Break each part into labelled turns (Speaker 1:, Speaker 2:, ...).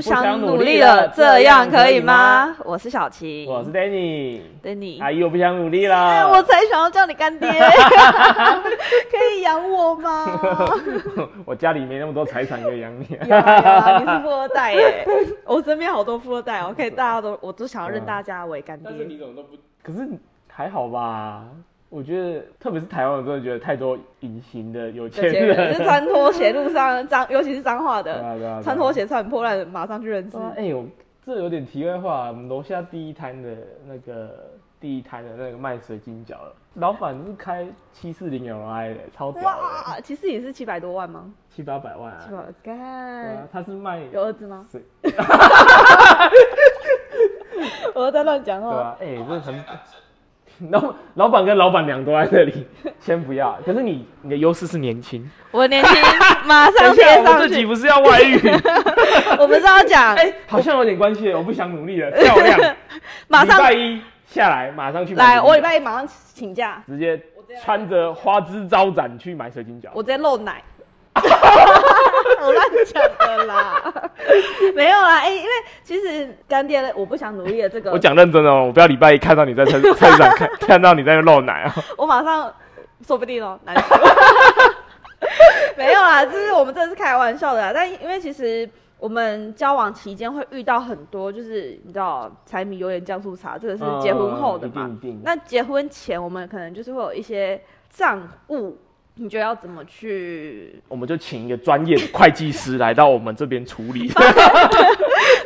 Speaker 1: 常
Speaker 2: 努
Speaker 1: 努
Speaker 2: 力
Speaker 1: 力
Speaker 2: 了
Speaker 1: 了，
Speaker 2: 这
Speaker 1: 这
Speaker 2: 样
Speaker 1: 样
Speaker 2: 可
Speaker 1: 可
Speaker 2: 以
Speaker 1: 以
Speaker 2: 吗
Speaker 1: 吗？我是小琪，
Speaker 2: 我是 Danny，
Speaker 1: Danny。
Speaker 2: 阿姨我不想努力
Speaker 1: 哎
Speaker 2: 了，
Speaker 1: 我才想要叫你 干爹，可以养我吗？
Speaker 2: 我家里没那么多财产可以养你。
Speaker 1: 有啊有啊，你是富二代耶！我身边好多富二代 哦，可以大家都，我都想要认大家为干爹。
Speaker 2: 怎么都不，可是还好吧？我觉得，特别是台湾，我真的觉得太多隐形的有钱
Speaker 1: 有钱人就是
Speaker 2: 人。
Speaker 1: 穿拖鞋路上脏，尤其是脏话
Speaker 2: 对啊对啊对
Speaker 1: 的
Speaker 2: 啊，
Speaker 1: 穿拖鞋穿很破烂，马上去认识
Speaker 2: 对。啊哎、呦，这有点题外话。我们楼下第一摊的那个第一摊的那个卖水晶饺的老板是开七四零 LI 的，超屌的，
Speaker 1: 哇，其实也是七百多万吗？
Speaker 2: 七八百万啊
Speaker 1: 七。百
Speaker 2: 对啊
Speaker 1: 干，，
Speaker 2: 他是卖
Speaker 1: 有儿子 吗？
Speaker 2: 水，
Speaker 1: 我在乱讲
Speaker 2: 对
Speaker 1: 话。
Speaker 2: 啊，哎、这很。老 老板跟老板娘都在这里，先不要。可是你你的优势是年轻，
Speaker 1: 我年轻，马上
Speaker 2: 等一下
Speaker 1: 贴
Speaker 2: 我们
Speaker 1: 上
Speaker 2: 这集
Speaker 1: 去。
Speaker 2: 不是要外遇？
Speaker 1: 我们是要讲，
Speaker 2: 哎、好像有点关系，我不想努力了，漂亮，
Speaker 1: 马
Speaker 2: 礼
Speaker 1: 上
Speaker 2: 拜一下来，马上去买
Speaker 1: 来，
Speaker 2: 水晶饺
Speaker 1: 我礼拜一马上请假，
Speaker 2: 直接穿着花枝招展去买水晶饺，
Speaker 1: 我直接露 奶。我乱 讲的啦，没有啦，哎、因为其实干爹，我不想努力的这个，
Speaker 2: 我讲认真的哦，我不要礼拜一看到你 在菜菜市场看看到你在那露奶啊，
Speaker 1: 我马上说不定哦，难 说。没有啦，就是我们这是开玩笑的啦。但因为其实我们交往期间会遇到很多，就是你知道柴米油盐酱醋茶，这 个是结婚后的嘛。
Speaker 2: 嗯一定一定
Speaker 1: 那结婚前我们可能就是会有一些账务，你觉得要怎么去
Speaker 2: 我们就请一个专业的会计师来到我们这边处理。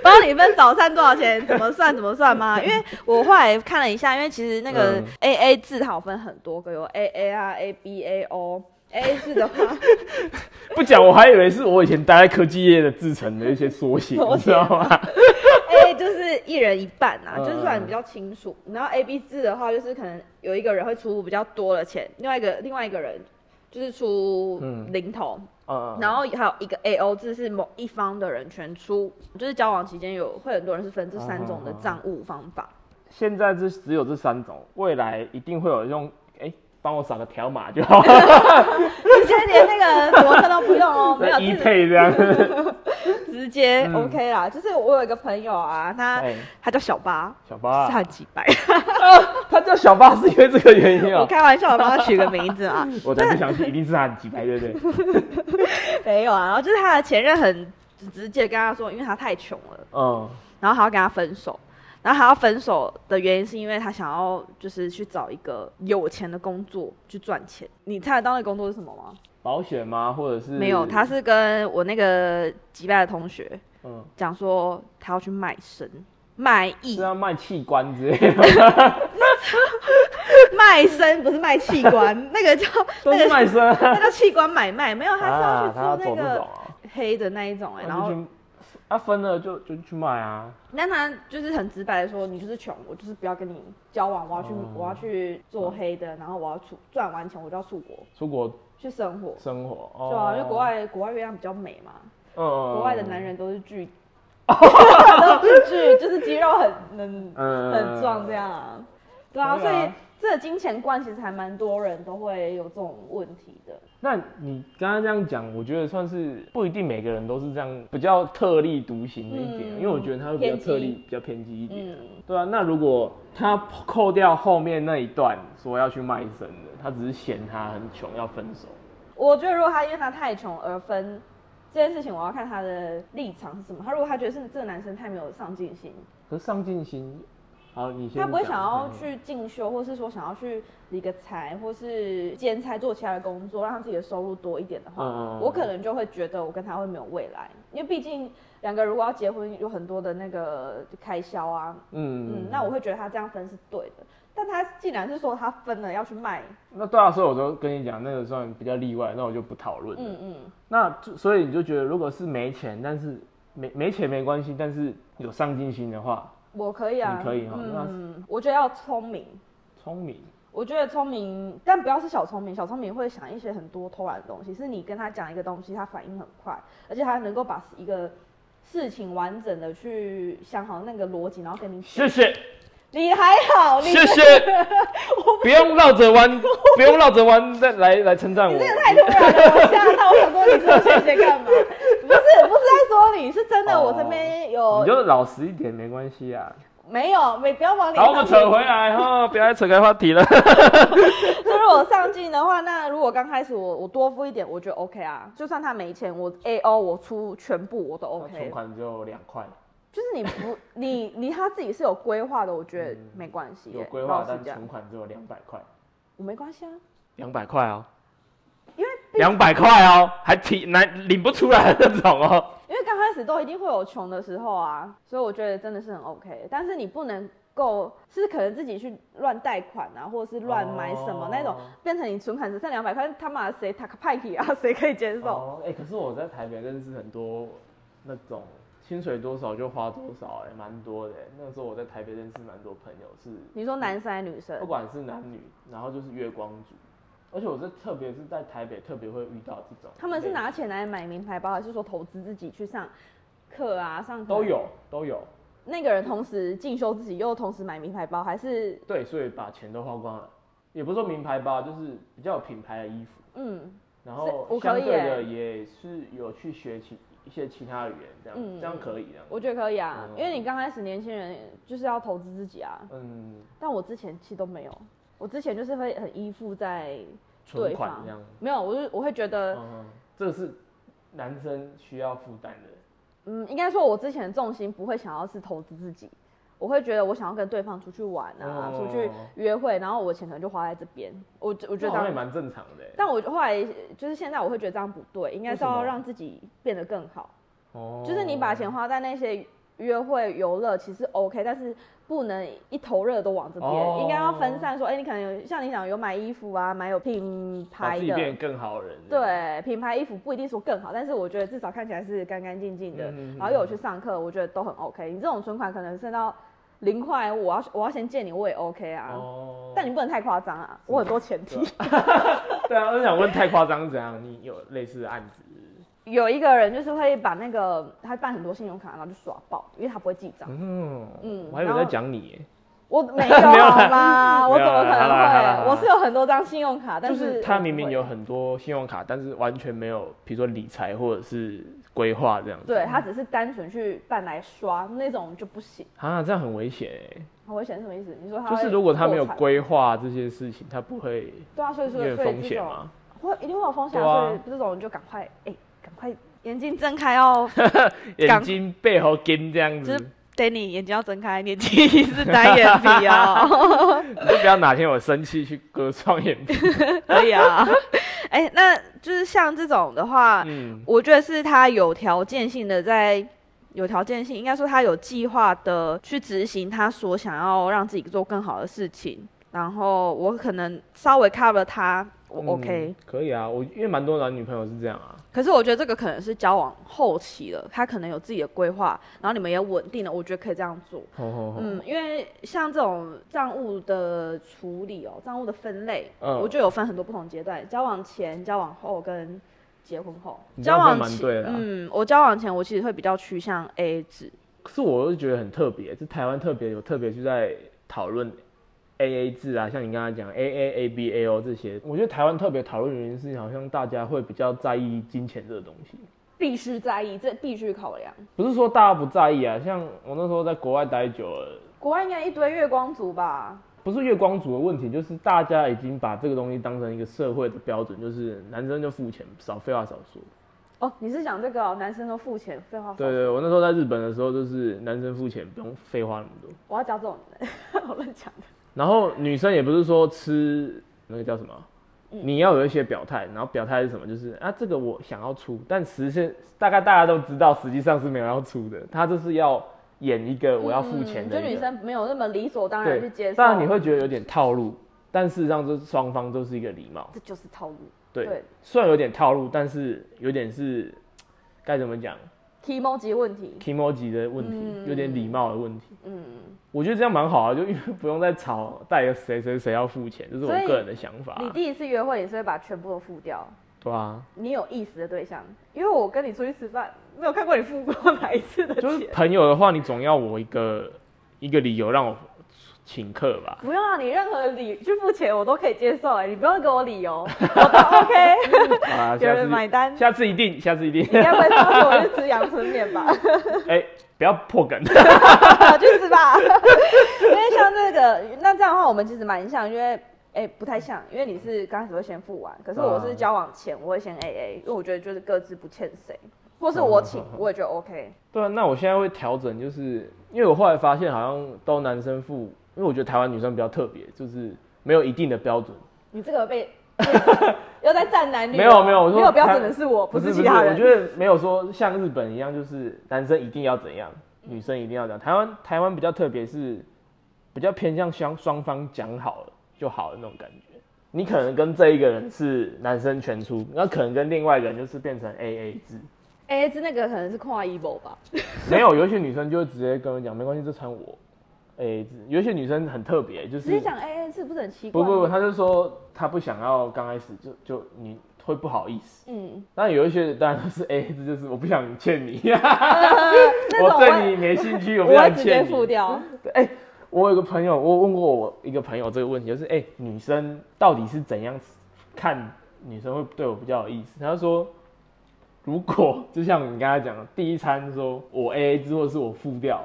Speaker 1: 帮你分早餐多少钱，怎么算怎么算吗？因为我后来看了一下，因为其实那个
Speaker 2: 嗯
Speaker 1: A A 字它有分很多个，有 A A 啊 A B A O。A A 字的话，
Speaker 2: 不讲我还以为是我以前待在科技业的制成的一些缩写，
Speaker 1: 缩写
Speaker 2: 你知 道吗？
Speaker 1: A 就是一人一半啊，
Speaker 2: 嗯
Speaker 1: 就是算比较清楚。然后 A B 制的话，就是可能有一个人会出比较多的钱，另外一个另外一个人就是出
Speaker 2: 嗯
Speaker 1: 零头，
Speaker 2: 嗯，
Speaker 1: 然后还有一个 A O 制是某一方的人全出。就是交往期间有会很多人是分这三种的
Speaker 2: 嗯嗯嗯
Speaker 1: 账务方法。
Speaker 2: 现在这只有这三种，未来一定会有用。哎，帮我扫个条码就好，
Speaker 1: 你现在连那个模特都不用哦， 没 有
Speaker 2: 一
Speaker 1: 自
Speaker 2: E 配这 样。
Speaker 1: 直接
Speaker 2: 嗯
Speaker 1: OK 啦。就是我有一个朋友啊，他
Speaker 2: 哎，
Speaker 1: 他叫小八，
Speaker 2: 小
Speaker 1: 是
Speaker 2: 八，
Speaker 1: 很几百，
Speaker 2: 他叫小八是因为这个原 因
Speaker 1: 我
Speaker 2: 啊。
Speaker 1: 开玩笑的帮他取个名字啊，
Speaker 2: 我才不相信，一定是他很几百，对 不对？
Speaker 1: 没有啊。然后就是他的前任很直接跟他说，因为他太穷了，
Speaker 2: 嗯，
Speaker 1: 然后还要跟他分手。然后还要分手的原因是因为他想要就是去找一个有钱的工作去赚钱。你猜得到那个工作是什么吗？
Speaker 2: 保险吗？或者是
Speaker 1: 没有，他是跟我那个几百的同学
Speaker 2: 嗯，
Speaker 1: 讲说他要去卖身、卖艺
Speaker 2: 是、要啊卖器官之 类的，
Speaker 1: 卖身不是卖器 官，那个叫
Speaker 2: 都
Speaker 1: 那
Speaker 2: 是
Speaker 1: 个
Speaker 2: 卖身啊，
Speaker 1: 那叫器官买卖，没有，他是要
Speaker 2: 啊
Speaker 1: 去
Speaker 2: 他要
Speaker 1: 做
Speaker 2: 走
Speaker 1: 那
Speaker 2: 这种
Speaker 1: 个
Speaker 2: 啊，
Speaker 1: 黑的那一种哎、
Speaker 2: 那
Speaker 1: 然
Speaker 2: 哦就
Speaker 1: 后
Speaker 2: 去，啊分了就就去卖啊，
Speaker 1: 但他就是很直白的说，你就是穷，我就是不要跟你交往，我要去、
Speaker 2: 嗯
Speaker 1: 我要去做黑的，然后我要出赚完钱我就要出国
Speaker 2: 出国
Speaker 1: 去生活，
Speaker 2: 生活，哦
Speaker 1: 对啊，因为国，外国外月亮比较美嘛，
Speaker 2: 嗯，国
Speaker 1: 国外的男，人都是巨， 都是巨，就是肌肉很很
Speaker 2: 哦嗯
Speaker 1: 很壮这，样啊，对啊，
Speaker 2: 对
Speaker 1: 所
Speaker 2: 啊
Speaker 1: 以这个金钱观其实还蛮多人都会有这种问题的。
Speaker 2: 那你刚刚这样讲，我觉得算是不一定每个人都是这样，比较特立独行的一点，
Speaker 1: 嗯
Speaker 2: 因为我觉得他会比较
Speaker 1: 偏激
Speaker 2: 特立，比较偏激一点。
Speaker 1: 嗯，
Speaker 2: 对啊，那如果他扣掉后面那一段说要去卖身的，他只是嫌他很穷要分手，
Speaker 1: 我觉得如果他因为他太穷而分这件事情，我要看他的立场是什么。他如果他觉得是这个男生太没有上进心，
Speaker 2: 可是上进心，好，你先
Speaker 1: 他
Speaker 2: 讲。
Speaker 1: 不会想要
Speaker 2: 嗯。
Speaker 1: 去进修，或是说想要去理个财，或是兼差做其他的工作，让他自己的收入多一点的话，
Speaker 2: 嗯嗯嗯
Speaker 1: 我可能就会觉得我跟他会没有未来，因为毕竟两个如果要结婚，有很多的那个开销啊，
Speaker 2: 嗯
Speaker 1: 嗯，那我会觉得他这样分是对的。但他既然是说他分了要去卖，
Speaker 2: 那对啊，所以我就跟你讲，那个算比较例外，那我就不讨论。
Speaker 1: 嗯嗯。
Speaker 2: 那就所以你就觉得，如果是没钱，但是没没钱没关系，但是有上进心的话，
Speaker 1: 我可以啊，
Speaker 2: 你可以哦那
Speaker 1: 嗯，我觉得要聪明，
Speaker 2: 聪明
Speaker 1: 我觉得聪明，但不要是小聪明，小聪明会想一些很多偷懒的东西。是你跟他讲一个东西，他反应很快，而且他能够把一个事情完整的去想好那个逻辑，然后跟你讲。
Speaker 2: 谢。
Speaker 1: 你还好，你
Speaker 2: 谢谢，不用绕着弯，不用绕着弯再来来称赞
Speaker 1: 你
Speaker 2: 我
Speaker 1: 这。也太突然了，我吓到，我想说你说谢谢干嘛？不是，不是在说你，是真的，
Speaker 2: 哦
Speaker 1: 我身边
Speaker 2: 你
Speaker 1: 有
Speaker 2: 就老实一点，没关系啊。
Speaker 1: 没有没不要往脸
Speaker 2: 好，我
Speaker 1: 上
Speaker 2: 们
Speaker 1: 贴
Speaker 2: 扯回来哈，不要再扯开 话题了。
Speaker 1: 就是我上进的话，那如果刚开始我我多付一点，我觉得 OK 啊。就算他没钱，我 A O 我出全部我都 OK。
Speaker 2: 款只有两块，
Speaker 1: 就是你不 你你他自己是有规划的，我觉得
Speaker 2: 嗯
Speaker 1: 没关系、耶老实讲，
Speaker 2: 款只有两百块，
Speaker 1: 我没关系啊，
Speaker 2: 两百块哦，
Speaker 1: 因为毕
Speaker 2: 两百块哦，还提难领不出来的那种哦。
Speaker 1: 因为刚开始都一定会有穷的时候啊，所以我觉得真的是很 OK。但是你不能够是可能自己去乱贷款啊，或者是乱买什么、
Speaker 2: 哦
Speaker 1: 那种，变成你存款只剩两百块，他妈的谁塔克派克啊， 谁可以接受？
Speaker 2: 哦，哎、可是我在台北认识很多那种薪水多少就花多少、哎，蛮多的、那时候我在台北认识蛮多朋友是，
Speaker 1: 你呃说男生还是女生
Speaker 2: 不？管是男女，然后就是月光族，而且我这特别是在台北特别会遇到这种类型，
Speaker 1: 他们是拿钱来买名牌包，还是说投资自己去上课啊？上课
Speaker 2: 都。有都有，
Speaker 1: 那个人同时进修自己，又同时买名牌包，还是
Speaker 2: 对，所以把钱都花光了，也不是说名牌吧，就是比较有品牌的衣服，
Speaker 1: 嗯
Speaker 2: 然
Speaker 1: 是
Speaker 2: 后
Speaker 1: 我
Speaker 2: 相
Speaker 1: 可以
Speaker 2: 对的也是有去学其一些其他的语言，这样、
Speaker 1: 嗯
Speaker 2: 这样可以这样，
Speaker 1: 我觉得可以啊，
Speaker 2: 嗯
Speaker 1: 因为你刚开始年轻人就是要投资自己啊。
Speaker 2: 嗯，
Speaker 1: 但我之前其实都没有，我之前就是会很依附在对
Speaker 2: 存款
Speaker 1: 方
Speaker 2: 这样。，
Speaker 1: 没有，我就我会觉得，
Speaker 2: 嗯，这个是男生需要负担的。
Speaker 1: 嗯，应该说我之前的重心不会想要是投资自己，我会觉得我想要跟对方出去玩啊，
Speaker 2: 哦
Speaker 1: 出去约会，然后我的钱可能就花在这边，我我觉得
Speaker 2: 那好
Speaker 1: 当
Speaker 2: 像也蛮正常的欸。
Speaker 1: 但我后来就是现在，我会觉得这样不对，应该是
Speaker 2: 为什
Speaker 1: 要
Speaker 2: 么
Speaker 1: 让自己变得更好。
Speaker 2: 哦
Speaker 1: 就是你把钱花在那些约会、游乐，其实 OK，但是不能一头热都往这边，
Speaker 2: 哦
Speaker 1: 应该要分散说，哎、你可能有像你讲有买衣服啊，买有品
Speaker 2: 把
Speaker 1: 牌
Speaker 2: 自己变
Speaker 1: 的。
Speaker 2: 更好的人。这样，
Speaker 1: 对，品牌衣服不一定说更好，但是我觉得至少看起来是干干净净的，
Speaker 2: 嗯嗯嗯
Speaker 1: 然后又有去上课，我觉得都很 OK。你这种存款可能剩到零块，我要我要先借你，我也 OK 啊。
Speaker 2: 哦，
Speaker 1: 但你不能太夸张啊，我很多前提。
Speaker 2: 对啊，我想问太夸张怎样？你有类似的案子？
Speaker 1: 有一个人就是会把那个他办很多信用卡，然后就耍爆，因为他不会记账。
Speaker 2: 嗯
Speaker 1: 嗯
Speaker 2: 我还以
Speaker 1: 然
Speaker 2: 为
Speaker 1: 后
Speaker 2: 在讲你欸耶，
Speaker 1: 我没有好吗？我
Speaker 2: 没
Speaker 1: 怎
Speaker 2: 有啦
Speaker 1: 么可能
Speaker 2: 好啦好啦好
Speaker 1: 会？
Speaker 2: 啦
Speaker 1: 我是有很多张信用卡，但
Speaker 2: 就是
Speaker 1: 是
Speaker 2: 他明明有很多信用卡，但是完全没有，比如说理财或者是规划这样子。
Speaker 1: 对他只是单纯去办来刷那种就不行。
Speaker 2: 啊，这样很危险耶。
Speaker 1: 很危险什么意思？你说他
Speaker 2: 就
Speaker 1: 会
Speaker 2: 是如果他没有
Speaker 1: 破产
Speaker 2: 规划这些事情，他不会
Speaker 1: 对啊，所以
Speaker 2: 因
Speaker 1: 说
Speaker 2: 为
Speaker 1: 所以
Speaker 2: 风
Speaker 1: 这
Speaker 2: 险
Speaker 1: 种
Speaker 2: 吗？
Speaker 1: 会一定会有风险啊，
Speaker 2: 对啊
Speaker 1: 所以这种你就赶快哎，赶快眼睛睁开 哦
Speaker 2: 眼
Speaker 1: 刚
Speaker 2: 睛背后跟这样
Speaker 1: 就是
Speaker 2: 子。
Speaker 1: ，Danny 眼睛要睁开，你眼睛是单眼皮哦。
Speaker 2: 你就不要哪天我生气去割双眼 皮。
Speaker 1: 可以啊。 哎、那就是像这种的话，
Speaker 2: 嗯，
Speaker 1: 我觉得是他有条件性的在有条件性，应该说他有计划的去执行他所想要让自己做更好的事情。然后我可能稍微 cover 他，我 OK、
Speaker 2: 嗯可以啊。我因为蛮多男女朋友是这样啊。
Speaker 1: 可是我觉得这个可能是交往后期了，他可能有自己的规划，然后你们也稳定了，我觉得可以这样做。
Speaker 2: 吼吼吼
Speaker 1: 嗯，因为像这种账务的处理哦，账务的分类，
Speaker 2: 嗯
Speaker 1: 我就有分很多不同阶段：交往前、交往后跟结婚后。
Speaker 2: 你这
Speaker 1: 交
Speaker 2: 样
Speaker 1: 往
Speaker 2: 分蛮对
Speaker 1: 前，
Speaker 2: 的啊
Speaker 1: 嗯，我交往前我其实会比较趋向 A 制，
Speaker 2: 可是我又觉得很特别，是台湾特别有特别就在讨论 A A 制啊，像你刚才讲 A A A B A O 这些，我觉得台湾特别讨论的原因是好像大家会比较在意金钱这个东西。
Speaker 1: 必须在意，这必须考量。
Speaker 2: 不是说大家不在意啊，像我那时候在国外待久了，
Speaker 1: 国外应该一堆月光族吧？
Speaker 2: 不是月光族的问题，就是大家已经把这个东西当成一个社会的标准，就是男生就付钱，少废话少说。
Speaker 1: 哦，你是讲这个、哦、男生都付钱，废话少
Speaker 2: 对
Speaker 1: 说。
Speaker 2: 对，我那时候在日本的时候，就是男生付钱，不用废话那么多。
Speaker 1: 我要教这种人， 我乱讲的。
Speaker 2: 然后女生也不是说吃那个叫什么，啊
Speaker 1: 嗯
Speaker 2: 你要有一些表态，然后表态是什么？就是啊，这个我想要出，但实现大概大家都知道，实际上是没有要出的，他就是要演一个我要付钱
Speaker 1: 嗯
Speaker 2: 的
Speaker 1: 就
Speaker 2: 一
Speaker 1: 女
Speaker 2: 个。
Speaker 1: 生没有那么理所当然去接
Speaker 2: 对，
Speaker 1: 受。
Speaker 2: 当然你会觉得有点套路，但事实上就是双方都是一个礼貌。
Speaker 1: 这就是套路。
Speaker 2: 对
Speaker 1: 对，
Speaker 2: 虽然有点套路，但是有点是该怎么讲
Speaker 1: emoji 问题，
Speaker 2: k i m o j i 的问题，有点礼貌的问题。
Speaker 1: 嗯。
Speaker 2: 我觉得这样蛮好啊，就因为不用再吵，到底谁谁谁要付钱，这是我
Speaker 1: 所以
Speaker 2: 个人的想法啊、
Speaker 1: 你第一次约会，你是会把全部都付掉，
Speaker 2: 对啊，
Speaker 1: 你有意思的对象，因为我跟你出去吃饭，没有看过你付过哪一次的
Speaker 2: 就是
Speaker 1: 钱。
Speaker 2: 朋友的话，你总要我一个一个理由让我请 客吧。
Speaker 1: 不用啊，你任何理去付钱我都可以接受、哎，你不用给我理 由，我都 OK。
Speaker 2: 好啦，
Speaker 1: 有
Speaker 2: 下
Speaker 1: 人
Speaker 2: 次
Speaker 1: 买单
Speaker 2: 下次一定，下 次一定
Speaker 1: 你。该不会上次我去吃阳春面 吧？
Speaker 2: 哎、不要破梗。
Speaker 1: 去吃吧。 因为像这个，那这样的话我们其实蛮像，因为哎、不太像，因为你是刚开始会先付完，可是我是
Speaker 2: 嗯
Speaker 1: 交往前我会先 AA，因为我觉得就是各自不欠谁，或是我 请
Speaker 2: 嗯嗯嗯
Speaker 1: 我也觉得 OK。
Speaker 2: 对啊，那我现在会调整，就是因为我后来发现好像都男生付，因为我觉得台湾女生比较特别，就是没有一定的标准。
Speaker 1: 你这个 被又在站男女哦，
Speaker 2: 没有没有我说
Speaker 1: 没有标
Speaker 2: 他
Speaker 1: 准的是我，不
Speaker 2: 不
Speaker 1: 是
Speaker 2: 是
Speaker 1: 其
Speaker 2: 不
Speaker 1: 他
Speaker 2: 我
Speaker 1: 人。
Speaker 2: 觉得没有说像日本一样，就是男生一定要怎样，
Speaker 1: 嗯
Speaker 2: 女生一定要怎样。台湾台湾比较特别是比较偏向相双方讲好了就好的那种感觉。你可能跟这一个人是男生全出，那可能跟另外一个人就是变成 A A 制。
Speaker 1: AA 制那个可能是跨 emo 吧，
Speaker 2: 没有，有一些女生就会直接跟我讲，没关系，这餐我 A A 制。有一些女生很特别，就
Speaker 1: 直接
Speaker 2: 是
Speaker 1: 讲 AA 制不是很奇怪
Speaker 2: 不
Speaker 1: 吗？
Speaker 2: 不不，她就说她不想要刚开始就就你会不好意思。
Speaker 1: 嗯，
Speaker 2: 但有一些当然是 A A 制，就是我不想欠你。
Speaker 1: 那种
Speaker 2: 我
Speaker 1: 会
Speaker 2: 对你没 兴趣，我不
Speaker 1: 我会
Speaker 2: 想
Speaker 1: 直接
Speaker 2: 欠
Speaker 1: 付
Speaker 2: 你。
Speaker 1: 掉。
Speaker 2: 对哎、我有个朋友，我问过我一个朋友这个问题，就是哎、女生到底是怎样看女生会对我比较有意思？他说，如果就像我们刚才讲的，第一餐说我 A A 制或是我付掉，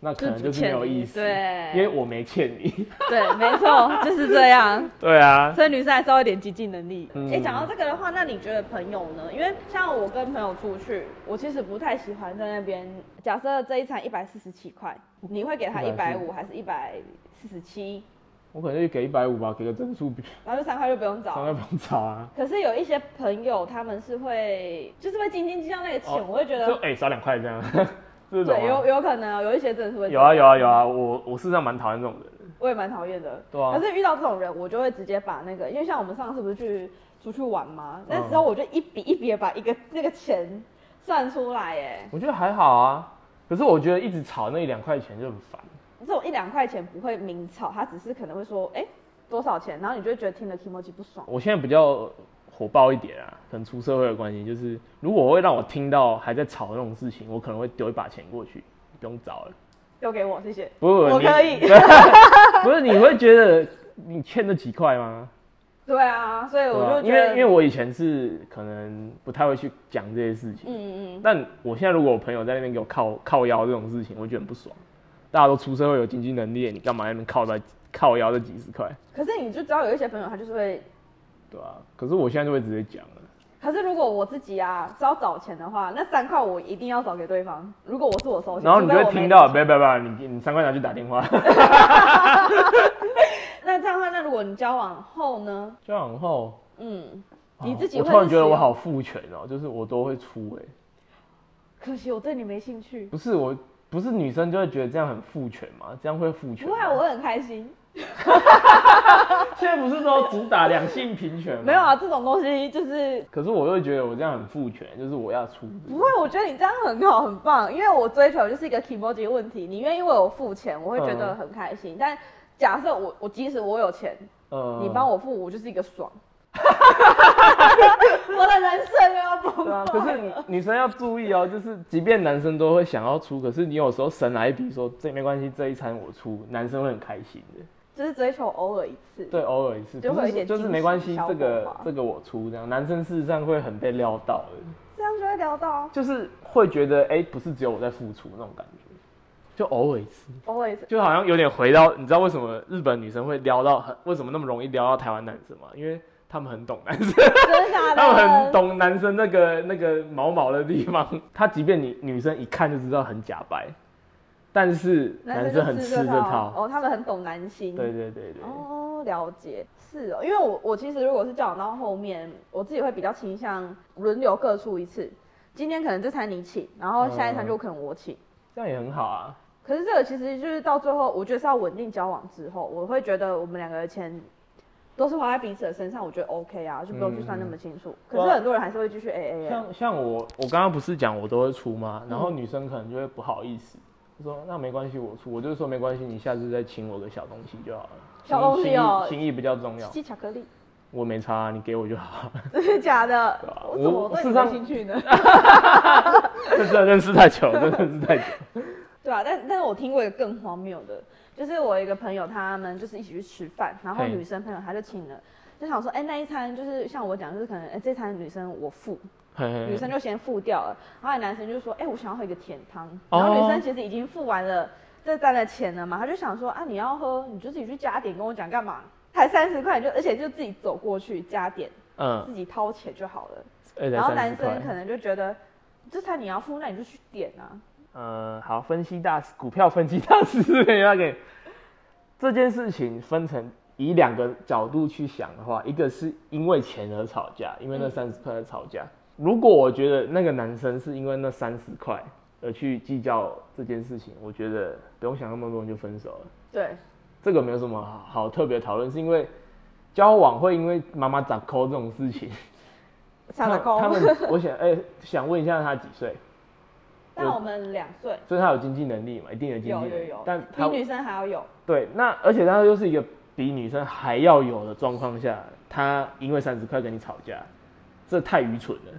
Speaker 2: 那可能就是没有意思，
Speaker 1: 就是不欠你对
Speaker 2: 因为我没欠你。
Speaker 1: 对，没 错，就是这样。
Speaker 2: 对啊，
Speaker 1: 所以女生还是要有点经济能力。哎、
Speaker 2: 嗯
Speaker 1: 讲到这个的话，那你觉得朋友呢？因为像我跟朋友出去，我其实不太喜欢在那边。假设这一餐一百四十七块，你会给他一百五还是一百四十七？
Speaker 2: 我可能就给一百五吧，给个整数比，
Speaker 1: 然后就三块就不用
Speaker 2: 商
Speaker 1: 找。
Speaker 2: 量不用吵啊。
Speaker 1: 可是有一些朋友，他们是会，就是会斤斤计较那个钱，
Speaker 2: 哦
Speaker 1: 我会觉
Speaker 2: 就
Speaker 1: 得，
Speaker 2: 哎、少两块这样， 这种、
Speaker 1: 对，
Speaker 2: 啊
Speaker 1: 有、有可能、哦，有一些真的是会，
Speaker 2: 有啊有啊有啊，我我事实上蛮讨厌这种人的。
Speaker 1: 我也蛮讨厌的。
Speaker 2: 对啊
Speaker 1: 可是遇到这种人，我就会直接把那个，因为像我们上次不是去出去玩
Speaker 2: 嗯
Speaker 1: 嘛，那时候我就一笔一笔的把一个那个钱算出来，哎，
Speaker 2: 我觉得还好啊，可是我觉得一直吵那一两块钱就很烦。
Speaker 1: 这种一两块钱不会明吵，他只是可能会说，哎、多少钱？然后你就会觉得听了 k i m o j i 不爽。
Speaker 2: 我现在比较火爆一点啊，可能出社会的关系，就是如果我会让我听到还在吵那种事情，我可能会丢一把钱过去，不用找了。
Speaker 1: 丢给我，谢谢。
Speaker 2: 不是
Speaker 1: 我
Speaker 2: 你
Speaker 1: 可以
Speaker 2: 不是你会觉得你欠那几块吗？
Speaker 1: 对啊，所以
Speaker 2: 对
Speaker 1: 我
Speaker 2: 吧
Speaker 1: 就
Speaker 2: 因
Speaker 1: 觉
Speaker 2: 为
Speaker 1: 得，
Speaker 2: 因为我以前是可能不太会去讲这些事情，
Speaker 1: 嗯嗯
Speaker 2: 但我现在如果我朋友在那边给我靠靠腰这种事情，我会觉得很不爽。大家都出社会有经济能力，你干嘛在那边靠在靠腰这几十块？
Speaker 1: 嗯，可是你就知道有一些朋友他就是会，
Speaker 2: 对啊，可是我现在就会直接讲了。
Speaker 1: 可是如果我自己啊是要找钱的话，那三块我一定要找给对方。如果我是我收钱，
Speaker 2: 然后你就
Speaker 1: 除非
Speaker 2: 会
Speaker 1: 我没
Speaker 2: 听到，
Speaker 1: 钱
Speaker 2: 别别别，你你三块拿去打电话。
Speaker 1: 那这样的话，那如果你交往后呢？
Speaker 2: 就往后，
Speaker 1: 嗯，你自己
Speaker 2: 哦我
Speaker 1: 会、
Speaker 2: 突然觉得我，好父权哦、就是我都会出哎、
Speaker 1: 可惜我对你没兴趣。
Speaker 2: 不是我，不是女生就会觉得这样很父权嘛，这样会父权
Speaker 1: 不
Speaker 2: 吗。
Speaker 1: 会啊，我很开心。
Speaker 2: 现在不是都主打两性平权吗？
Speaker 1: 没有。啊，这种东西就是
Speaker 2: 可是我又觉得我这样很父权，就是我要出。
Speaker 1: 不会。我觉得你这样很好，很棒，因为我追求就是一个 emoji 问题。你愿意为我付钱，我会觉得
Speaker 2: 嗯
Speaker 1: 很开心。但假设我我即使我有钱，
Speaker 2: 呃
Speaker 1: 你帮我付，我就是一个 爽。我的人生没有崩
Speaker 2: 对啊，
Speaker 1: 溃。
Speaker 2: 可是女女生要注意哦，就是即便男生都会想要出，可是你有时候神来一笔说这没关系，这一餐我出，男生会很开心的。
Speaker 1: 就是追求偶尔一次。
Speaker 2: 对，偶尔一次，
Speaker 1: 就会
Speaker 2: 不
Speaker 1: 有
Speaker 2: 是
Speaker 1: 一点
Speaker 2: 就是
Speaker 1: 惊
Speaker 2: 没
Speaker 1: 喜
Speaker 2: 关系
Speaker 1: 效，
Speaker 2: 这
Speaker 1: 果
Speaker 2: 个
Speaker 1: 吧
Speaker 2: 这个我出这样，男生事实上会很被撩到的，
Speaker 1: 这样就会聊到
Speaker 2: 就是会觉得哎、不是只有我在付出那种感觉，就偶尔一次，
Speaker 1: 偶尔一次。
Speaker 2: 就好像有点回到，你知道为什么日本女生会撩到很，为什么那么容易撩到台湾男生吗？因为他们很懂男生，
Speaker 1: 真的假的？
Speaker 2: 他们很懂男生那个那个毛毛的地方， 他即便你女生一看就知道很假白，但是男生
Speaker 1: 就
Speaker 2: 很吃
Speaker 1: 这
Speaker 2: 这套，
Speaker 1: 哦，他们很懂男心。
Speaker 2: 对对对对，
Speaker 1: 哦，了解，是哦，因为我我其实如果是交往到后面，我自己会比较倾向轮流各出一次，今天可能这餐你请，然后下一餐就可能我请。
Speaker 2: 这样也很好啊。
Speaker 1: 可是这个其实就是到最后，我觉得是要稳定交往之后，我会觉得我们两个的钱都是花在彼此的身上，我觉得 OK 啊，就不用去算那么清楚。可是很多人还是会继续 AA 啊。
Speaker 2: 像像我，我刚刚不是讲我都会出吗？
Speaker 1: 嗯
Speaker 2: 然后女生可能就会不好意思，就说那没关系，我出。我就说没关系，你下次再请我个小东西就好了。
Speaker 1: 小东西哦
Speaker 2: 心意心意比较重要。
Speaker 1: 吸巧克力，
Speaker 2: 我没差、啊你给我就好。
Speaker 1: 真的 假的
Speaker 2: 对啊？
Speaker 1: 我怎么
Speaker 2: 我
Speaker 1: 对
Speaker 2: 事
Speaker 1: 你 没
Speaker 2: 实上
Speaker 1: 兴趣呢？
Speaker 2: 这真的认识太久，真的认识太久。
Speaker 1: 对啊，但但是我听过一个更荒谬的，就是我有一个朋友，他们就是一起去吃饭，然后
Speaker 2: 嘿
Speaker 1: 女生朋友她就请了，就想说，哎、那一餐就是像我讲，就是可能，哎、这餐女生我付，
Speaker 2: 嘿嘿嘿
Speaker 1: 女生就先付掉了，然后男生就说，哎、我想要喝一个甜汤，
Speaker 2: 哦
Speaker 1: 然后女生其实已经付完了这单的钱了嘛，她就想说，啊，你要喝，你就自己去加点，跟我讲干嘛？才三十块，你就而且就自己走过去加点，
Speaker 2: 嗯，
Speaker 1: 自己掏钱就好了。
Speaker 2: 而且
Speaker 1: 然后男
Speaker 2: 三十
Speaker 1: 生可
Speaker 2: 块。
Speaker 1: 能就觉得，这餐你要付，那你就去点啊。
Speaker 2: 呃，好，分析大师，股票分析大师这边要给这件事情分成以两个角度去想的话，一个是因为钱而吵架，因
Speaker 1: 嗯
Speaker 2: 为那三十块而吵架。如果我觉得那个男生是因为那三十块而去计较这件事情，我觉得不用想那么多就分手了。
Speaker 1: 对，
Speaker 2: 这个没有什么好好特别讨论，是因为交往会因为妈妈长抠这种 事情，
Speaker 1: 傻子
Speaker 2: 他
Speaker 1: 高。
Speaker 2: 们，我想，哎、想问一下他几岁？
Speaker 1: 但我们两岁，
Speaker 2: 所以他有经济能力嘛，一定有经
Speaker 1: 有
Speaker 2: 济
Speaker 1: 有
Speaker 2: 能力
Speaker 1: 有，，
Speaker 2: 但
Speaker 1: 比
Speaker 2: 他
Speaker 1: 女生还要有。
Speaker 2: 对那，而且他又是一个比女生还要有的状况下，他因为三十块跟你吵架，这太愚蠢了，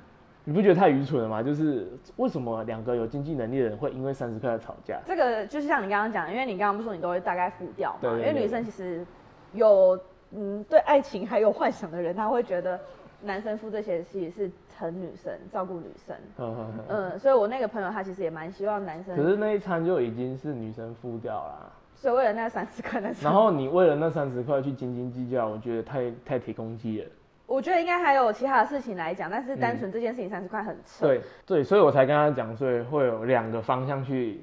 Speaker 2: 你不觉得太愚蠢了吗？就是为什么两个有经济能力的人会因为三十块而吵架？
Speaker 1: 这个就是像你刚刚讲的，因为你刚刚不是说你都会大概付掉嘛？
Speaker 2: 对对
Speaker 1: 因为
Speaker 2: 对
Speaker 1: 女生其实有嗯对爱情还有幻想的人，她会觉得男生付这些其实是疼女生、照顾女生。
Speaker 2: 呵呵呵
Speaker 1: 嗯，所以我那个朋友他其实也蛮希望男
Speaker 2: 可
Speaker 1: 生，
Speaker 2: 是那一餐就已经是女生付掉了。
Speaker 1: 所以为了那三十块，男生
Speaker 2: 然后你为了那三十块去斤斤计较，我觉得太太提公鸡了。
Speaker 1: 我觉得应该还有其他的事情来讲，但是单纯这件事情三十块很扯。
Speaker 2: 嗯对对，所以我才跟他讲，所以会有两个方向去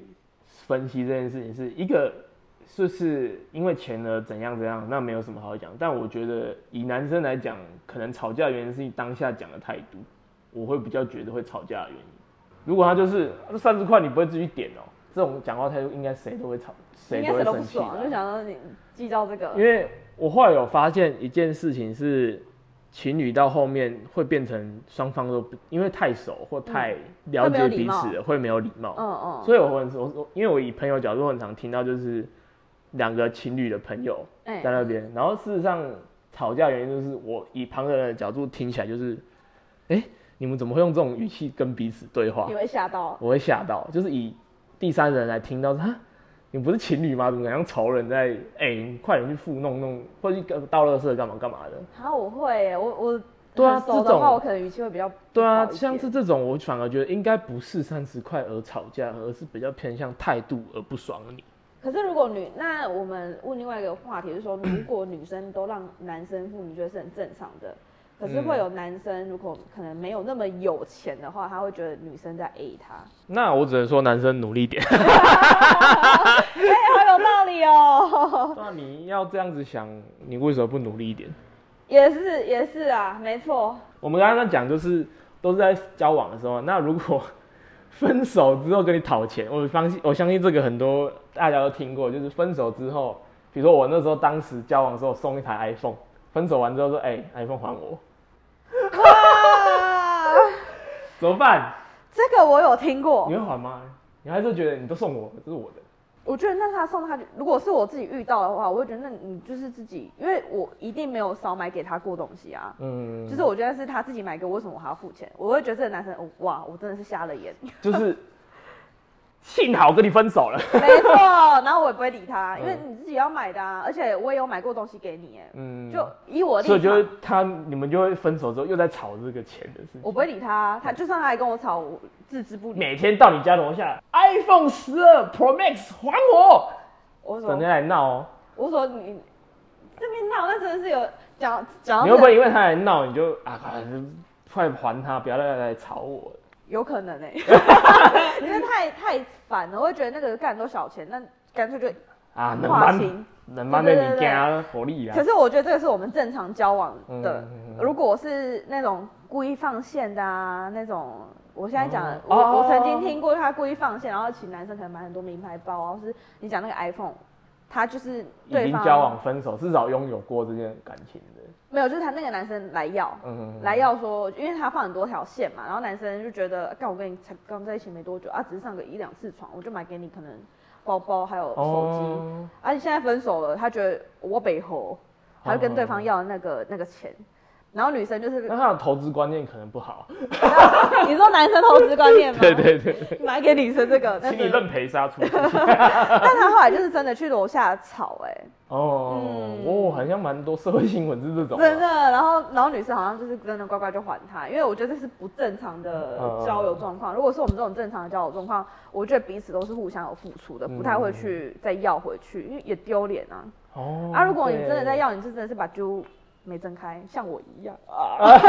Speaker 2: 分析这件事情，是一个就是因为钱而怎样怎样，那没有什么好讲。但我觉得以男生来讲，可能吵架的原因是你当下讲的态度，我会比较觉得会吵架的原因。如果他就是啊这三十块你不会自己点哦、这种讲话态度应该谁都会吵，谁
Speaker 1: 应
Speaker 2: 都
Speaker 1: 该
Speaker 2: 会
Speaker 1: 谁都不
Speaker 2: 生气啊
Speaker 1: 爽，
Speaker 2: 吧
Speaker 1: 就想到你计较这个，
Speaker 2: 因为我后来有发现一件事情是，情侣到后面会变成双方都不因为太熟或太了解彼此了，会没有礼貌。哦
Speaker 1: 嗯嗯，
Speaker 2: 所以我很我我因为我以朋友角度，我很常听到就是两个情侣的朋友
Speaker 1: 哎、
Speaker 2: 在那边，然后事实上吵架原因就是我以旁人的角度听起来就是，哎、你们怎么会用这种语气跟彼此对话
Speaker 1: 你？会吓到，
Speaker 2: 我会吓到，就是以第三人来听到说，啊，你不是情侣吗？怎么敢像仇人在？哎、你快点去付弄弄，或者去倒垃圾干嘛干嘛的？
Speaker 1: 然后我会耶，我我
Speaker 2: 对啊
Speaker 1: 很熟
Speaker 2: 这
Speaker 1: 的
Speaker 2: 种
Speaker 1: 话，我可能语气会比较
Speaker 2: 对啊
Speaker 1: 不，好一
Speaker 2: 像
Speaker 1: 点
Speaker 2: 是这种，我反而觉得应该不是三十块而吵架，而是比较偏向态度而不爽你。
Speaker 1: 可是如果女，那我们问另外一个话题，就是说， 如果女生都让男生付，你觉得是很正常的？可
Speaker 2: 嗯
Speaker 1: 是会有男生，如果可能没有那么有钱的话，他会觉得女生在 A 他，
Speaker 2: 那我只能说男生努力一点。
Speaker 1: 哎、好有道理 哦，
Speaker 2: 那啊你要这样子想，你为什么不努力一点？
Speaker 1: 也是也是啊，没错，
Speaker 2: 我们刚刚在讲就是都是在交往的时候，那如果 分手之后跟你讨钱，我相信我相信这个很多大家都听过，就是分手之后，比如说我那时候当时交往的时候送一台 iPhone，分手完之后说，哎、i p h o n e 还我，
Speaker 1: 哇，
Speaker 2: 怎么办？
Speaker 1: 这个我有听过
Speaker 2: 你，会还吗？你还是觉得你都送我，这是我的，
Speaker 1: 我觉得那他送他，如果是我自己遇到的话，我会觉得那你就是自己，因为我一定没有少买给他过东西啊。
Speaker 2: 嗯，
Speaker 1: 就是我觉得是他自己买给我，为什么我还要付钱？我会觉得这个男生，哦哇，我真的是瞎了 眼。
Speaker 2: 就是幸好跟你分手了，
Speaker 1: 没错，然后我也不会理他，
Speaker 2: 嗯
Speaker 1: 因为你自己要买的啊，而且我也有买过东西给你，哎，
Speaker 2: 嗯，
Speaker 1: 就以我的
Speaker 2: 所以
Speaker 1: 立
Speaker 2: 就是
Speaker 1: 场，
Speaker 2: 他你们就会分手之后又在吵这个钱的事情。
Speaker 1: 我不会理他，他就算他来跟我吵，我置之不理，
Speaker 2: 每天到你家楼下，iPhone 十二 Pro Max 还我，
Speaker 1: 我
Speaker 2: 整
Speaker 1: 说
Speaker 2: 天来闹哦。
Speaker 1: 我说你这边闹，那真的是有讲讲
Speaker 2: 你
Speaker 1: 到
Speaker 2: 会不
Speaker 1: 这，
Speaker 2: 会因为他来闹，你就啊，啊快还他，不要再来吵我了？
Speaker 1: 有可能 哎，因为太太烦了，我会觉得那个干都小钱，那干脆就
Speaker 2: 啊，能
Speaker 1: 划
Speaker 2: 瞒
Speaker 1: 清
Speaker 2: 能瞒
Speaker 1: 对
Speaker 2: 被
Speaker 1: 对
Speaker 2: 你
Speaker 1: 对对
Speaker 2: 家火力啊
Speaker 1: 可！是我觉得这个是我们正常交往的。
Speaker 2: 嗯嗯嗯
Speaker 1: 如果我是那种故意放线的啊，那种我现在讲的我、
Speaker 2: 哦，哦
Speaker 1: 我曾经听过他故意放线，然后请男生可能买很多名牌包啊，或是你讲那个 iPhone，他就是
Speaker 2: 已
Speaker 1: 对
Speaker 2: 经
Speaker 1: 方
Speaker 2: 交往分手，至少拥有过这件感情的。
Speaker 1: 没有，就是他那个男生来要。
Speaker 2: 嗯，
Speaker 1: 来要说，因为他放很多条线嘛，然后男生就觉得，干我跟你才刚在一起没多久啊，只是上个一两次床，我就买给你可能包包还有手机，啊
Speaker 2: 哦，哦
Speaker 1: 而且现在分手了，他觉得我北侯，他就跟对方要那个那个钱，然后女生就是
Speaker 2: 那他的投资观念可能不好。
Speaker 1: 你说男生投资观念吗？
Speaker 2: 对对对，
Speaker 1: 你买给女生这个，但
Speaker 2: 请
Speaker 1: 是
Speaker 2: 你认赔杀出去。
Speaker 1: 但他后来就是真的去楼下吵哎、
Speaker 2: 哦，哦，好像蛮多社会新闻是这种
Speaker 1: 嗯
Speaker 2: 啊。
Speaker 1: 真的，然后然后女生好像就是真的乖乖就还他，因为我觉得这是不正常的
Speaker 2: 嗯
Speaker 1: 交友状况。如果是我们这种正常的交友状况，我觉得彼此都是互相有付出的，不太会去再要回去，因为也丢脸啊。
Speaker 2: 哦
Speaker 1: 啊，如果你真的在
Speaker 2: 对
Speaker 1: 要，你就真的是把揪没睁开，像我 一样啊，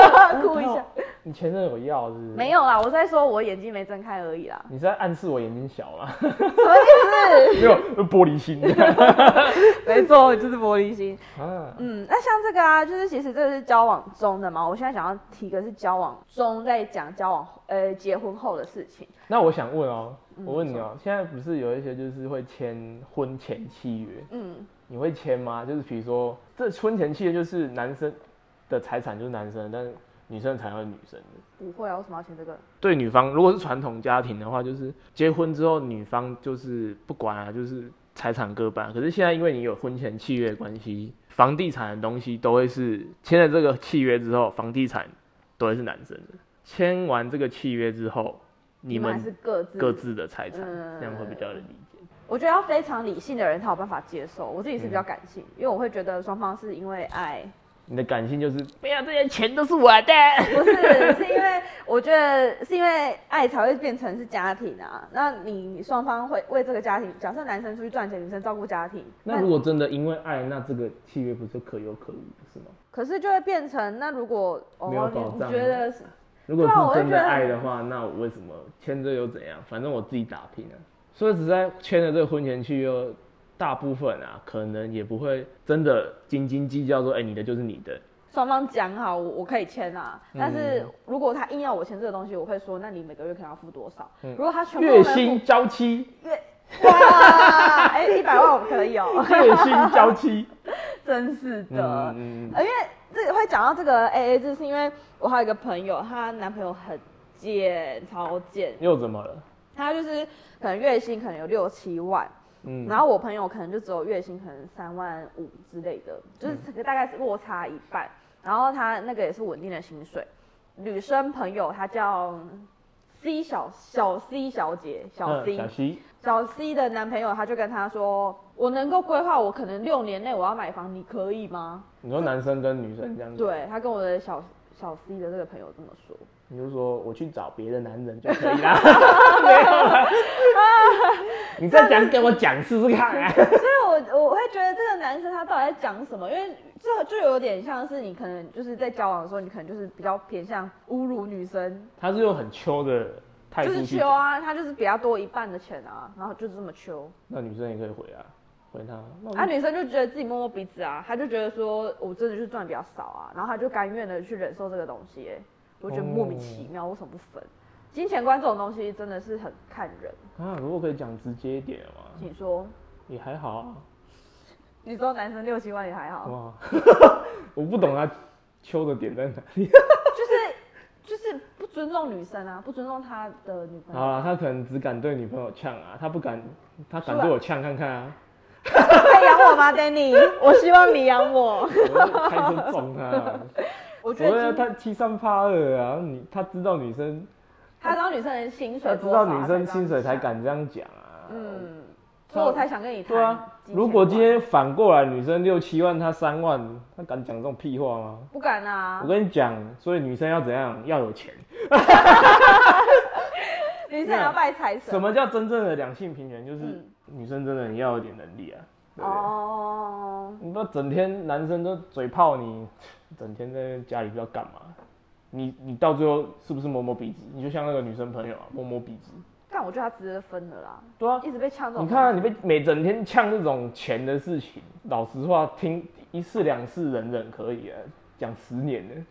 Speaker 1: 哭一下。
Speaker 2: 哦你前任有要是不是？
Speaker 1: 没。有啦，我在说我眼睛没睁开而已啦。
Speaker 2: 你是在暗示我眼睛小吗？
Speaker 1: 什么意
Speaker 2: 没有，玻 璃心。
Speaker 1: 思？没错，就是玻璃心。
Speaker 2: 啊，
Speaker 1: 嗯，那像这个啊，就是其实这个是交往中的嘛。我现在想要提的是交往中，在讲交往呃结婚后的事情。
Speaker 2: 那我想问哦，
Speaker 1: 嗯
Speaker 2: 我问你哦，现在不是有一些就是会签婚前契约，
Speaker 1: 嗯，
Speaker 2: 你会签吗？就是比如说，这婚前契约就是男生的财产就是男生的，但是女生的财产是女生的。
Speaker 1: 不会啊，为什么要签这个？
Speaker 2: 对女方，如果是传统家庭的话，就是结婚之后女方就是不管啊，就是财产各半。可是现在因为你有婚前契约的关系，房地产的东西都会是签了这个契约之后，房地产都会是男生的。签完这个契约之后，你
Speaker 1: 还
Speaker 2: 们
Speaker 1: 是各自
Speaker 2: 各。自的财产，
Speaker 1: 嗯
Speaker 2: 这样会比较理解。
Speaker 1: 我觉得要非常理性的人才有办法接受。我自己是
Speaker 2: 嗯
Speaker 1: 比较感性，因为我会觉得双方是因为爱，
Speaker 2: 你的感性就是不要这些钱都是我 的，
Speaker 1: 不是是因为我觉得是因为爱才会变成是家庭啊。那你双方会为这个家庭，假设男生出去赚钱，女生照顾家庭，
Speaker 2: 那如果真的因为爱，那这个契约不是可有可无，是吗？
Speaker 1: 可是就会变成那如果哦
Speaker 2: 没有
Speaker 1: 你
Speaker 2: 保障
Speaker 1: 你觉得是
Speaker 2: 如果
Speaker 1: 对啊我
Speaker 2: 是
Speaker 1: 就
Speaker 2: 真
Speaker 1: 觉
Speaker 2: 的
Speaker 1: 得
Speaker 2: 爱的话，那我为什么签这又怎样？反正我自己打拼啊。说实在，签了这个婚前契约，大部分啊，可能也不会真的斤斤计较说，哎、你的就是你的。
Speaker 1: 双方讲好，我我可以签啊。
Speaker 2: 嗯
Speaker 1: 但是如果他硬要我签这个东西，我会说，那你每个月可能要付多少？
Speaker 2: 嗯
Speaker 1: 如果他全部都
Speaker 2: 月
Speaker 1: 没付
Speaker 2: 薪交妻，
Speaker 1: 月哇，哎、一百万我们可以哦，
Speaker 2: 月薪交妻。
Speaker 1: 真是的。
Speaker 2: 嗯嗯
Speaker 1: 呃因为这个会讲到这个 A A 制，是因为我还有一个朋友，她男朋友很贱，超贱，
Speaker 2: 嗯又怎么了？
Speaker 1: 他就是可能月薪可能有六七万。
Speaker 2: 嗯，
Speaker 1: 然后我朋友可能就只有月薪可能三万五之类的，就是这个大概是落差一半。然后他那个也是稳定的薪水。女生朋友她叫 C 小小 C 小姐，小
Speaker 2: 嗯
Speaker 1: C、
Speaker 2: 小 C，
Speaker 1: 小 C 的男朋友，他就跟她说：“我能够规划，我可能六年内我要买房，你可以吗
Speaker 2: 你说男生跟女生这样？”子，
Speaker 1: 对他跟我的小小 C 的这个朋友这么说。
Speaker 2: 你就说我去找别的男人就可以啦， 没有 啦。你再讲给我讲试试看、啊。
Speaker 1: 所以我我会觉得这个男生他到底在讲什么？因为这就有点像是你可能就是在交往的时候，你可能就是比较偏向侮辱女生，
Speaker 2: 他是用很秋的态
Speaker 1: 就
Speaker 2: 度
Speaker 1: 是
Speaker 2: 去
Speaker 1: 秋
Speaker 2: 讲，
Speaker 1: 啊，他就是比较多一半的钱啊，然后就是这么秋。
Speaker 2: 那女生也可以回啊，回他。那我
Speaker 1: 啊，女生就觉得自己摸摸鼻子啊，她就觉得说我真的就是赚得比较少啊，然后她就甘愿的去忍受这个东西、欸，我觉得莫
Speaker 2: 哦
Speaker 1: 名其妙，为什么不分？金钱观这种东西真的是很看人，
Speaker 2: 啊，如果可以讲直接一点嘛，
Speaker 1: 请说，
Speaker 2: 也还好啊。
Speaker 1: 你说男生六七万也还好，
Speaker 2: 哇， 我不懂他秋的点在哪里。啊
Speaker 1: 就是就是不尊重女生啊，不尊重她的女朋友。
Speaker 2: 好啦，他可能只敢对女朋友呛啊，他不敢，他
Speaker 1: 是
Speaker 2: 敢
Speaker 1: 吧
Speaker 2: 对我呛看看啊，
Speaker 1: 可以养我吗，Danny？我希望你养我。
Speaker 2: 我就开车撞他 啊。
Speaker 1: 我
Speaker 2: 我啊
Speaker 1: 觉
Speaker 2: 觉
Speaker 1: 得
Speaker 2: 得
Speaker 1: 今
Speaker 2: 他欺善怕恶啊，你他知道女生，
Speaker 1: 他知道女生的薪水
Speaker 2: 他知
Speaker 1: 多
Speaker 2: 道
Speaker 1: 少，她
Speaker 2: 女生
Speaker 1: 这样
Speaker 2: 薪水才
Speaker 1: 想。
Speaker 2: 敢这样讲啊。
Speaker 1: 嗯，所以我才想跟你谈。
Speaker 2: 对啊，如果今天反过来女生六七万，他三万，他敢讲这种屁话吗？
Speaker 1: 不敢啊
Speaker 2: 我，跟你讲，所以女生要怎样？要有钱。
Speaker 1: 女生也要拜财神。啊
Speaker 2: 什么叫真正的两性平权？就是
Speaker 1: 嗯
Speaker 2: 女生真的你要有点能力啊，对不对？
Speaker 1: 哦，
Speaker 2: 你不要整天男生都嘴炮你，整天在家里不知道干嘛。你你到最后是不是摸摸鼻子？你就像那个女生朋友啊，摸摸鼻子。
Speaker 1: 但我觉得他值得分的啦，
Speaker 2: 对啊，
Speaker 1: 一直被呛这种。
Speaker 2: 你看、啊、你被每整天呛这种钱的事情，老实话，听一次两次忍忍可以啊，讲十年呢。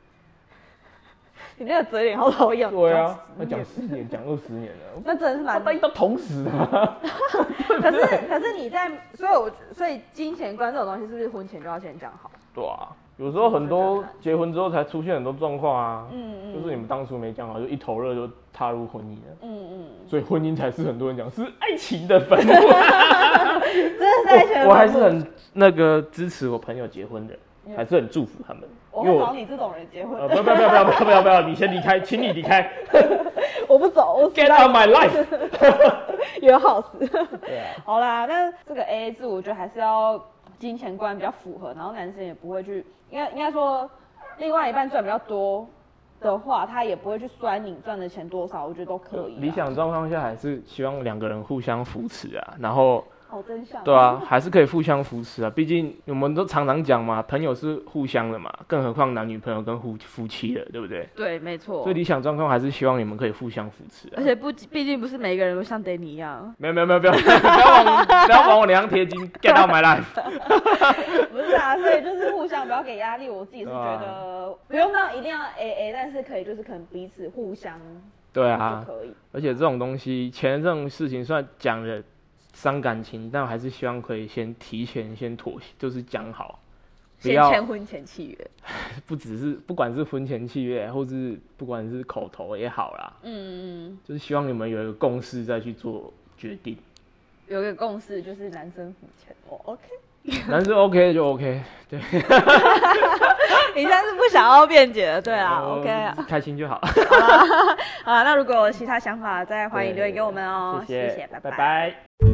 Speaker 1: 你那个嘴脸好讨厌。
Speaker 2: 对啊，那讲十年，讲二十年了，
Speaker 1: 那真的是
Speaker 2: 大
Speaker 1: 蛮。
Speaker 2: 家都同时的啊。
Speaker 1: 可 是可是你在，所以我所以金钱观这种东西是不是婚前就要先讲好？
Speaker 2: 对啊，有时候很多结婚之后才出现很多状况啊，
Speaker 1: 嗯
Speaker 2: 就是你们当初没讲好，就一头热就踏入婚姻了，
Speaker 1: 嗯嗯，
Speaker 2: 所以婚姻才是很多人讲是爱情的坟墓。
Speaker 1: 啊真的是在选。
Speaker 2: 我还是很那个支持我朋友结婚的，还是很祝福他们。
Speaker 1: 嗯我
Speaker 2: 因为
Speaker 1: 会找你这种人结婚，
Speaker 2: 呃，不要不要不要不要不要不要，你先离开，请你离开
Speaker 1: 我不走，我
Speaker 2: ，Get out of my life。
Speaker 1: 有好死。
Speaker 2: 对啊，
Speaker 1: 好啦，但这个 AA 制，我觉得还是要金钱观比较符合，然后男生也不会去，应该应该说，另外一半赚比较多的话，他也不会去酸你赚的钱多少，我觉得都可以啊。
Speaker 2: 理想状况下还是希望两个人互相扶持啊，然后
Speaker 1: 好真相。
Speaker 2: 对啊，还是可以互相扶持啊。毕竟我们都常常讲嘛，朋友是互相的嘛，更何况男女朋友跟夫夫妻了，对不对？
Speaker 1: 对，没错
Speaker 2: 所以理想状况还是希望你们可以互相扶持啊。
Speaker 1: 且不，毕竟不是每个人都像 Danny 一样，
Speaker 2: 没有没有没有，不要不要往不要往我脸上贴金，get out my life。
Speaker 1: 不是啊，所以就是互相不要给压力。我自己是
Speaker 2: 啊
Speaker 1: 觉得不用到一定要 A A，但是可以就是可能彼此互相
Speaker 2: 对
Speaker 1: 就
Speaker 2: 啊，
Speaker 1: 可以。
Speaker 2: 而且这种东西，钱这种事情虽然讲了伤感情，但我还是希望可以先提前先妥协，就是讲好，不
Speaker 1: 先
Speaker 2: 要
Speaker 1: 签婚前契约，
Speaker 2: 不只是不管是婚前契约，或是不管是口头也好啦，
Speaker 1: 嗯，嗯嗯
Speaker 2: 就是希望你们有一个共识再去做决 定。
Speaker 1: 有一个共识就是男生付钱。哦，OK。
Speaker 2: 男生 OK 就 OK，对
Speaker 1: 你现在是不想要辩解的，对啊
Speaker 2: 然后
Speaker 1: ，OK 啊，
Speaker 2: 开心就好。
Speaker 1: 好啦，那如果有其他想法，再欢迎留言给我们哦，
Speaker 2: 谢
Speaker 1: 谢，拜
Speaker 2: 拜拜